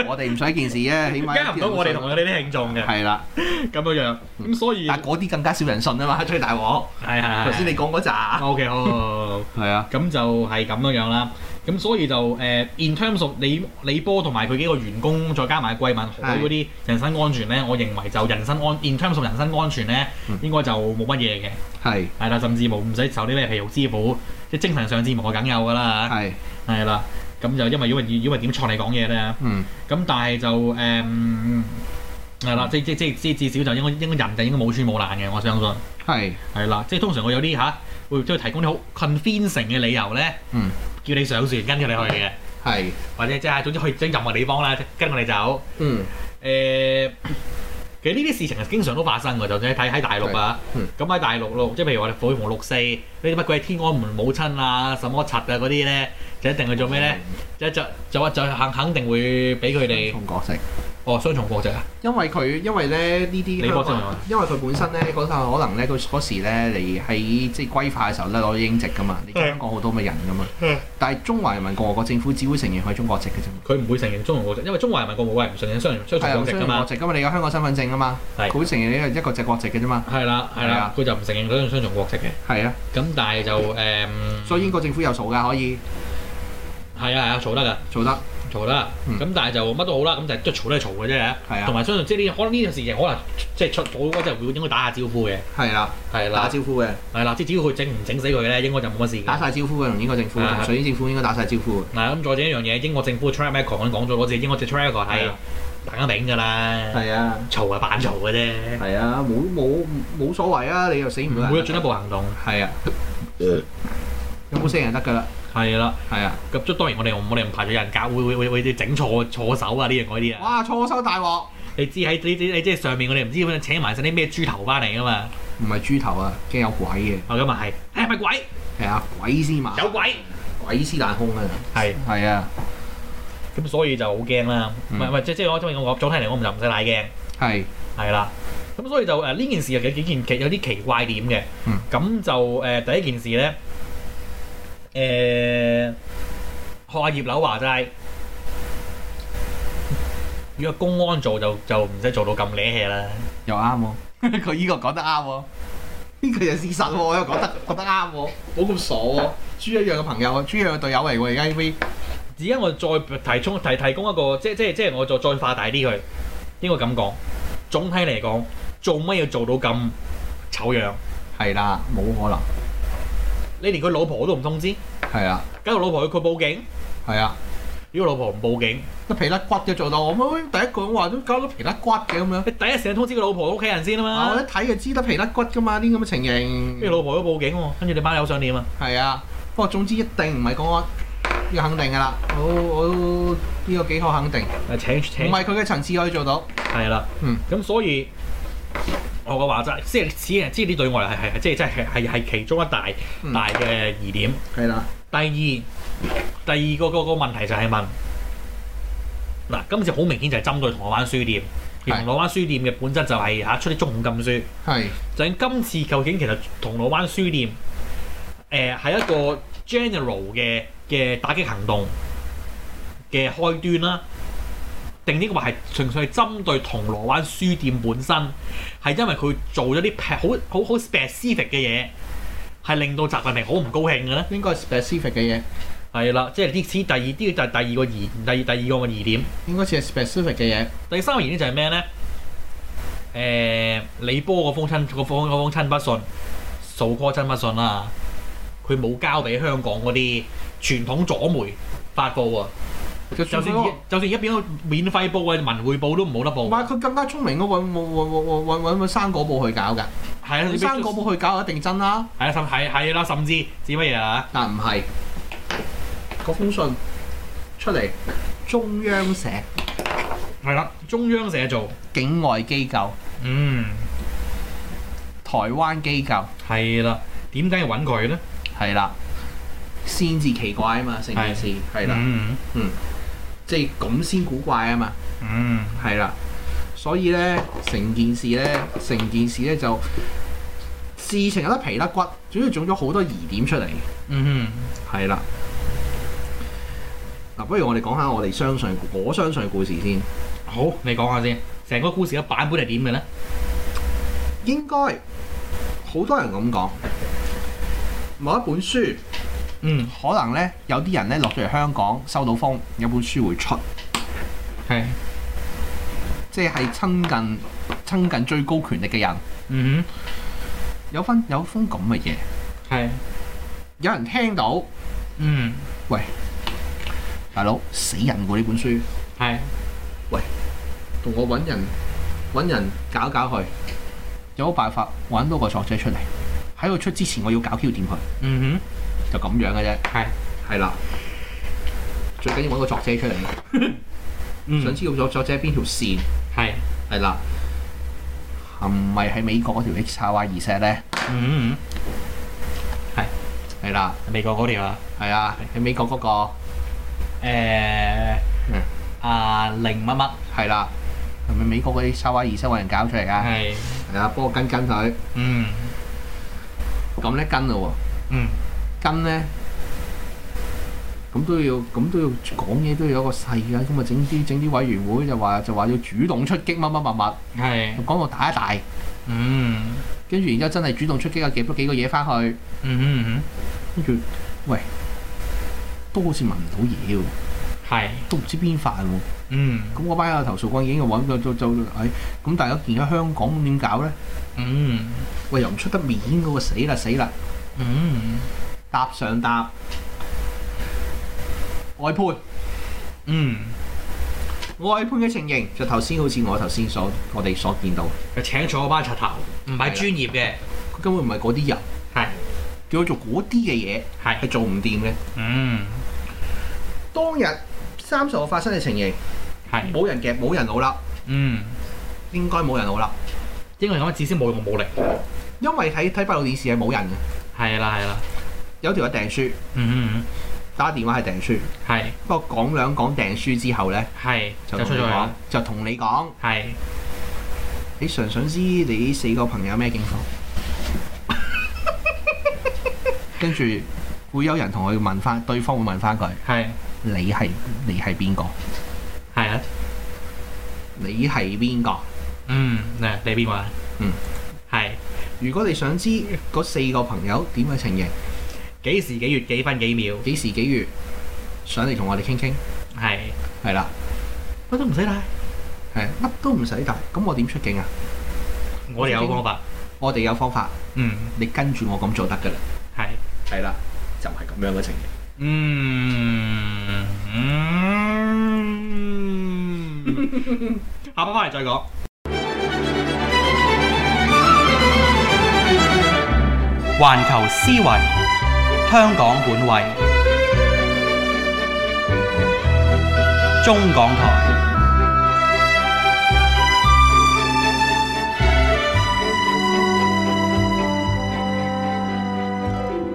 [SPEAKER 3] 我哋唔想件事啫，起碼
[SPEAKER 2] 加唔到我哋同我哋啲聽眾嘅
[SPEAKER 3] 係嗯啦，
[SPEAKER 2] 咁樣樣，咁所以
[SPEAKER 3] 但
[SPEAKER 2] 係
[SPEAKER 3] 嗰啲更加少人信啊嘛，最大鑊。
[SPEAKER 2] 係係
[SPEAKER 3] 頭先你講嗰扎，
[SPEAKER 2] ，OK 好好好。好
[SPEAKER 3] 係啊，
[SPEAKER 2] 咁就係咁樣樣啦。咁所以就誒、呃 in terms of 李李波同埋佢幾個員工，再加埋桂民海嗰啲人身安全咧，我認為就人身安 in terms of 人身安全咧，
[SPEAKER 3] 嗯
[SPEAKER 2] 應該就冇乜嘢嘅，
[SPEAKER 3] 係
[SPEAKER 2] 係啦，甚至冇唔使受啲咩皮肉之苦，即係精神上折磨梗有㗎啦，
[SPEAKER 3] 係，
[SPEAKER 2] 係啦。咁就因為因為因為點錯你講嘢咧，
[SPEAKER 3] 嗯
[SPEAKER 2] 咁但係就誒嗯係啦，即即即即至少就應該應該人就應該冇穿冇爛嘅，我相信
[SPEAKER 3] 係，
[SPEAKER 2] 係啦。即係通常我有啲嚇會都會提供啲好 convincing 嘅理由咧。
[SPEAKER 3] 嗯
[SPEAKER 2] 叫你上船跟住你去嘅，
[SPEAKER 3] 係，
[SPEAKER 2] 或者即係總之去任何地方啦，跟我哋走。
[SPEAKER 3] 嗯
[SPEAKER 2] 誒、呃其實呢啲事情係經常都發生嘅，就算睇喺大陸啊
[SPEAKER 3] 嗯，
[SPEAKER 2] 咁喺、大陸咯，即係譬如我哋火紅六四呢啲乜鬼天安門母親啊、什麼柒啊嗰啲咧，就一定去做咩咧？就就就就肯肯定會俾佢哋
[SPEAKER 3] 同角色。
[SPEAKER 2] 哦雙重國籍啊，
[SPEAKER 3] 因為佢因為咧呢啲
[SPEAKER 2] 李
[SPEAKER 3] 香
[SPEAKER 2] 國
[SPEAKER 3] 港
[SPEAKER 2] 章
[SPEAKER 3] 人
[SPEAKER 2] 係嘛，
[SPEAKER 3] 因為佢本身咧嗰陣可能咧佢嗰時咧你喺即係歸化嘅時候咧攞咗英籍噶嘛，你
[SPEAKER 2] 係
[SPEAKER 3] 香港好多嘅人噶嘛
[SPEAKER 2] 係，
[SPEAKER 3] 但係中華人民共和國政府只會承認佢係中國籍嘅啫嘛，
[SPEAKER 2] 佢唔會承認中國國籍，因為中華人民共和國係唔承認雙雙重
[SPEAKER 3] 係啊，
[SPEAKER 2] 國籍
[SPEAKER 3] 中
[SPEAKER 2] 㗎
[SPEAKER 3] 國
[SPEAKER 2] 嘛。
[SPEAKER 3] 籍噶嘛，你有香港身份證啊嘛，
[SPEAKER 2] 係
[SPEAKER 3] 佢會承認你係一個籍國籍嘅啫嘛，
[SPEAKER 2] 係啦，係
[SPEAKER 3] 係
[SPEAKER 2] 啦
[SPEAKER 3] 啊，
[SPEAKER 2] 佢就唔承認嗰種雙重國籍嘅。
[SPEAKER 3] 係啊，
[SPEAKER 2] 咁但係就誒，嗯
[SPEAKER 3] 所以英國政府有數㗎，可以
[SPEAKER 2] 係啊係啊，做得㗎。
[SPEAKER 3] 做得
[SPEAKER 2] 嘈啦，
[SPEAKER 3] 嗯
[SPEAKER 2] 咁、但係就乜都好啦，咁就係都嘈都係嘈嘅
[SPEAKER 3] 係
[SPEAKER 2] 啫，
[SPEAKER 3] 啊
[SPEAKER 2] 同埋相信即係呢，可能呢件事情可能即係出到嗰陣會應該打下招呼嘅，
[SPEAKER 3] 係啦，
[SPEAKER 2] 係
[SPEAKER 3] 打
[SPEAKER 2] 啦，
[SPEAKER 3] 招呼嘅，
[SPEAKER 2] 係啦，即係只要佢整唔整死佢咧，應該就冇乜事
[SPEAKER 3] 打
[SPEAKER 2] 嘅。
[SPEAKER 3] 晒招呼嘅同英國政府
[SPEAKER 2] 啊
[SPEAKER 3] 同瑞典政府應該打晒招呼嘅，
[SPEAKER 2] 嗱咁再者一樣嘢，英國政府 track record 講咗嗰次，英國隻 track record 係
[SPEAKER 3] 啊
[SPEAKER 2] 大家明㗎啦，
[SPEAKER 3] 係啊，
[SPEAKER 2] 嘈啊扮嘈嘅啫，
[SPEAKER 3] 係啊，冇冇冇所謂啊，你又死唔到
[SPEAKER 2] 唔會有
[SPEAKER 3] 人，
[SPEAKER 2] 進一步行動。
[SPEAKER 3] 係啊，有冇死人就得㗎啦，
[SPEAKER 2] 係啦，
[SPEAKER 3] 係啊。
[SPEAKER 2] 咁即係當然我哋我哋唔排除有人搞會會會會整錯錯手啊呢樣嗰啲啊，
[SPEAKER 3] 哇！錯手大鑊，
[SPEAKER 2] 你知喺你你你即係上面我哋唔知會請埋晒啲咩豬頭翻嚟㗎嘛，啊
[SPEAKER 3] 唔係豬頭啊，驚有鬼嘅，
[SPEAKER 2] 咁啊係，係咪鬼
[SPEAKER 3] 係啊，鬼先嘛，
[SPEAKER 2] 有鬼
[SPEAKER 3] 鬼先難兇啊，
[SPEAKER 2] 係。
[SPEAKER 3] 係啊，
[SPEAKER 2] 咁所以就好驚啦。唔係唔係，即即我因為我早睇嚟，我唔就唔使太驚，
[SPEAKER 3] 係
[SPEAKER 2] 係啦。咁所以就誒呢件事有幾幾件奇有啲奇怪點嘅。
[SPEAKER 3] 嗯
[SPEAKER 2] 咁、就誒、第一件事咧，誒、學阿葉柳話齋，如果公安做就就唔使做到咁嗲氣啦。
[SPEAKER 3] 又啱喎。 <laughs> 佢依個講得啱喎，呢個就事實喎，我又覺得覺得啱喎，冇咁傻喎。豬一樣嘅朋友，啊豬一樣嘅隊友嚟喎，而家呢邊
[SPEAKER 2] 而家我再提供提提供一個，即即即我就再化大啲佢，應該咁講。總體嚟講，做乜要做到咁醜樣？
[SPEAKER 3] 係啦，冇可能，
[SPEAKER 2] 你連佢老婆都唔通知，
[SPEAKER 3] 係啦，
[SPEAKER 2] 跟住老婆佢報警，
[SPEAKER 3] 係啊。
[SPEAKER 2] 如果老婆唔報警，
[SPEAKER 3] 得皮甩骨嘅做到，我妹第一句咁話都搞到皮甩骨嘅咁樣。
[SPEAKER 2] 你第一時間通知佢老婆屋企人先啊
[SPEAKER 3] 啊！我一
[SPEAKER 2] 嘛。
[SPEAKER 3] 睇就知得皮甩骨噶嘛，啲咁嘅情
[SPEAKER 2] 跟住
[SPEAKER 3] 形
[SPEAKER 2] 老婆都報警喎，跟住你班友想點啊？
[SPEAKER 3] 係啊。不過總之一定唔係公安，呢個肯定噶啦。好，我呢個幾可肯定，
[SPEAKER 2] 誒請
[SPEAKER 3] 唔
[SPEAKER 2] 請
[SPEAKER 3] 係佢嘅層次可以做到。
[SPEAKER 2] 係啦，
[SPEAKER 3] 嗯
[SPEAKER 2] 咁所以我嘅話齋，即係此人知呢對我嚟係係係即係即係係係其中一大
[SPEAKER 3] 嗯
[SPEAKER 2] 大嘅疑點。
[SPEAKER 3] 係啦，
[SPEAKER 2] 第二第二個個個問題就係問嗱，今次好明顯就係針對銅鑼灣書店，而
[SPEAKER 3] 係
[SPEAKER 2] 銅鑼灣書店嘅本質就係、嚇、出啲中五禁書。
[SPEAKER 3] 係
[SPEAKER 2] 就係今次究竟其實銅鑼灣書店誒係、一個 general 嘅嘅打擊行動嘅開端啦，定呢個話係純粹係針對銅鑼灣書店本身，係因為佢做咗啲劈好好好 specific 嘅嘢，係令到習近平好唔高興嘅咧？
[SPEAKER 3] 應該係 specific 嘅嘢，
[SPEAKER 2] 係啦，即係呢次第二啲就係第二個疑第二第二個疑點，
[SPEAKER 3] 應該似係 specific 嘅嘢。
[SPEAKER 2] 第三個疑點就係咩咧？誒、李波嗰封親嗰封嗰封親筆信，數哥親筆信啦，佢冇交俾香港嗰啲傳統左媒發布喎。
[SPEAKER 3] 就
[SPEAKER 2] 就
[SPEAKER 3] 算
[SPEAKER 2] 算
[SPEAKER 3] 佢
[SPEAKER 2] 而
[SPEAKER 3] 嗰
[SPEAKER 2] 家就算而家變咗免費報啊，文匯報都唔冇得
[SPEAKER 3] 個唔
[SPEAKER 2] 報。
[SPEAKER 3] 係佢更加聰明，我揾揾揾揾揾揾生果報去搞㗎。
[SPEAKER 2] 係啊，
[SPEAKER 3] 你生果報去搞一定真啦，
[SPEAKER 2] 係啊，甚係係啦，甚至至乜嘢啊？
[SPEAKER 3] 但唔係嗰封信出嚟，中央社
[SPEAKER 2] 係啦，中央社做，
[SPEAKER 3] 境外機構。
[SPEAKER 2] 嗯，
[SPEAKER 3] 台灣機構
[SPEAKER 2] 係啦。點解要揾佢咧？
[SPEAKER 3] 係啦，先至奇怪啊嘛，成件事係啦，
[SPEAKER 2] 嗯
[SPEAKER 3] 即係咁先古怪啊嘛，
[SPEAKER 2] 嗯，
[SPEAKER 3] 係啦，所以咧成件事咧，成件事咧就事情有得皮甩骨，總之種咗好多疑點出嚟，
[SPEAKER 2] 嗯
[SPEAKER 3] 係啦。嗱，不如我哋講下我哋相信我相信嘅故事先，
[SPEAKER 2] 哼，好，你講下先，成個故事嘅版本係點嘅咧？
[SPEAKER 3] 應該好多人咁講，某一本書。
[SPEAKER 2] 嗯。
[SPEAKER 3] 可能咧有啲人咧落咗嚟香港收到風，有本書會出，
[SPEAKER 2] 係，
[SPEAKER 3] 即係親近親近最高權力嘅人，
[SPEAKER 2] 嗯
[SPEAKER 3] 有分有封咁嘅嘢，
[SPEAKER 2] 哼，係，
[SPEAKER 3] 有人聽到，
[SPEAKER 2] 嗯，
[SPEAKER 3] 大佬死人過呢本書，
[SPEAKER 2] 係，
[SPEAKER 3] 同我揾人揾人搞搞佢，有冇辦法揾到個作者出嚟？喺佢出之前，我要搞 Q 掂佢，
[SPEAKER 2] 嗯
[SPEAKER 3] 就咁樣嘅啫。
[SPEAKER 2] 哼，係，
[SPEAKER 3] 係啦，最緊要揾個作者出嚟，想
[SPEAKER 2] 嗯，
[SPEAKER 3] 知道咗作者邊條線
[SPEAKER 2] 係，
[SPEAKER 3] 係啦，係咪喺美國嗰條 X Y 二 set 咧？
[SPEAKER 2] 嗯
[SPEAKER 3] 係啦。
[SPEAKER 2] 哼，美國嗰條啊，
[SPEAKER 3] 係啊，喺美國嗰、個
[SPEAKER 2] 誒，啊零乜乜，
[SPEAKER 3] 係啦，係咪美國嗰啲沙威夷西人搞出嚟㗎？
[SPEAKER 2] 係，
[SPEAKER 3] 係啊，幫我跟跟佢，
[SPEAKER 2] 嗯，
[SPEAKER 3] 咁咧跟咯
[SPEAKER 2] 嗯，
[SPEAKER 3] 喎，跟咧，咁都要咁都要講嘢都要有一個勢㗎，咁啊整啲整啲委員會就話就話要主動出擊乜乜乜乜，
[SPEAKER 2] 係，
[SPEAKER 3] 講到打一大，
[SPEAKER 2] 嗯，
[SPEAKER 3] 跟住然之後真係主動出擊啊，夾咗幾個嘢翻去，
[SPEAKER 2] 嗯
[SPEAKER 3] 跟住喂，都好似聞唔到嘢喎，
[SPEAKER 2] 哼，係，
[SPEAKER 3] 都唔知邊份喎，
[SPEAKER 2] 嗯，
[SPEAKER 3] 咁嗰班有投訴官已經揾到就就係，哎咁大家見咗香港咁點搞咧？
[SPEAKER 2] 嗯，
[SPEAKER 3] 喂，又唔出得面嗰、個死啦死啦，
[SPEAKER 2] 嗯，
[SPEAKER 3] 搭上搭外判，
[SPEAKER 2] 嗯，
[SPEAKER 3] 外判嘅情形就頭先好似我頭先所我哋所見到，
[SPEAKER 2] 就請咗嗰班柒頭，唔係專業嘅，
[SPEAKER 3] 佢根本唔係嗰啲人，
[SPEAKER 2] 係，
[SPEAKER 3] 叫佢做嗰啲嘅嘢係
[SPEAKER 2] 係，
[SPEAKER 3] 做唔掂嘅。
[SPEAKER 2] 嗯，
[SPEAKER 3] 當日三十號發生嘅情形，
[SPEAKER 2] 係，
[SPEAKER 3] 冇人夾冇人老笠，
[SPEAKER 2] 嗯，
[SPEAKER 3] 應該冇人老笠，
[SPEAKER 2] 因為咁啊至少冇用武力，
[SPEAKER 3] 因為睇睇閉路電視係冇人嘅，
[SPEAKER 2] 係啦係啦，
[SPEAKER 3] 有條友訂書，
[SPEAKER 2] 嗯
[SPEAKER 3] 打電話係訂書，
[SPEAKER 2] 係
[SPEAKER 3] 不過講兩講訂書之後呢，
[SPEAKER 2] 係
[SPEAKER 3] 就
[SPEAKER 2] 就出
[SPEAKER 3] 同
[SPEAKER 2] 咗
[SPEAKER 3] 你
[SPEAKER 2] 去
[SPEAKER 3] 講
[SPEAKER 2] 啦，，
[SPEAKER 3] 就同你講，
[SPEAKER 2] 係
[SPEAKER 3] 你想唔想知你四個朋友咩境況？ <laughs> 跟住會有人同佢問翻，對方會問翻佢：
[SPEAKER 2] 係
[SPEAKER 3] 你係你係邊個？
[SPEAKER 2] 係啊，
[SPEAKER 3] 你係邊個？
[SPEAKER 2] 嗯，嗱你邊個啊？
[SPEAKER 3] 嗯，
[SPEAKER 2] 係
[SPEAKER 3] 如果你想知嗰四個朋友點嘅情形，
[SPEAKER 2] 幾時幾月幾分幾秒？
[SPEAKER 3] 幾時幾月，上嚟同我哋傾傾，
[SPEAKER 2] 係
[SPEAKER 3] 係啦，
[SPEAKER 2] 乜都唔使啦，
[SPEAKER 3] 係乜都唔使帶，咁我點出境啊？
[SPEAKER 2] 我哋有方法，
[SPEAKER 3] 我哋有方法，
[SPEAKER 2] 嗯
[SPEAKER 3] 你跟住我咁做得㗎啦，
[SPEAKER 2] 係。
[SPEAKER 3] 係啦，就係咁樣嘅情形。
[SPEAKER 2] 嗯，嗯下班翻嚟再講。
[SPEAKER 1] 環球思維，香港本位，中港台。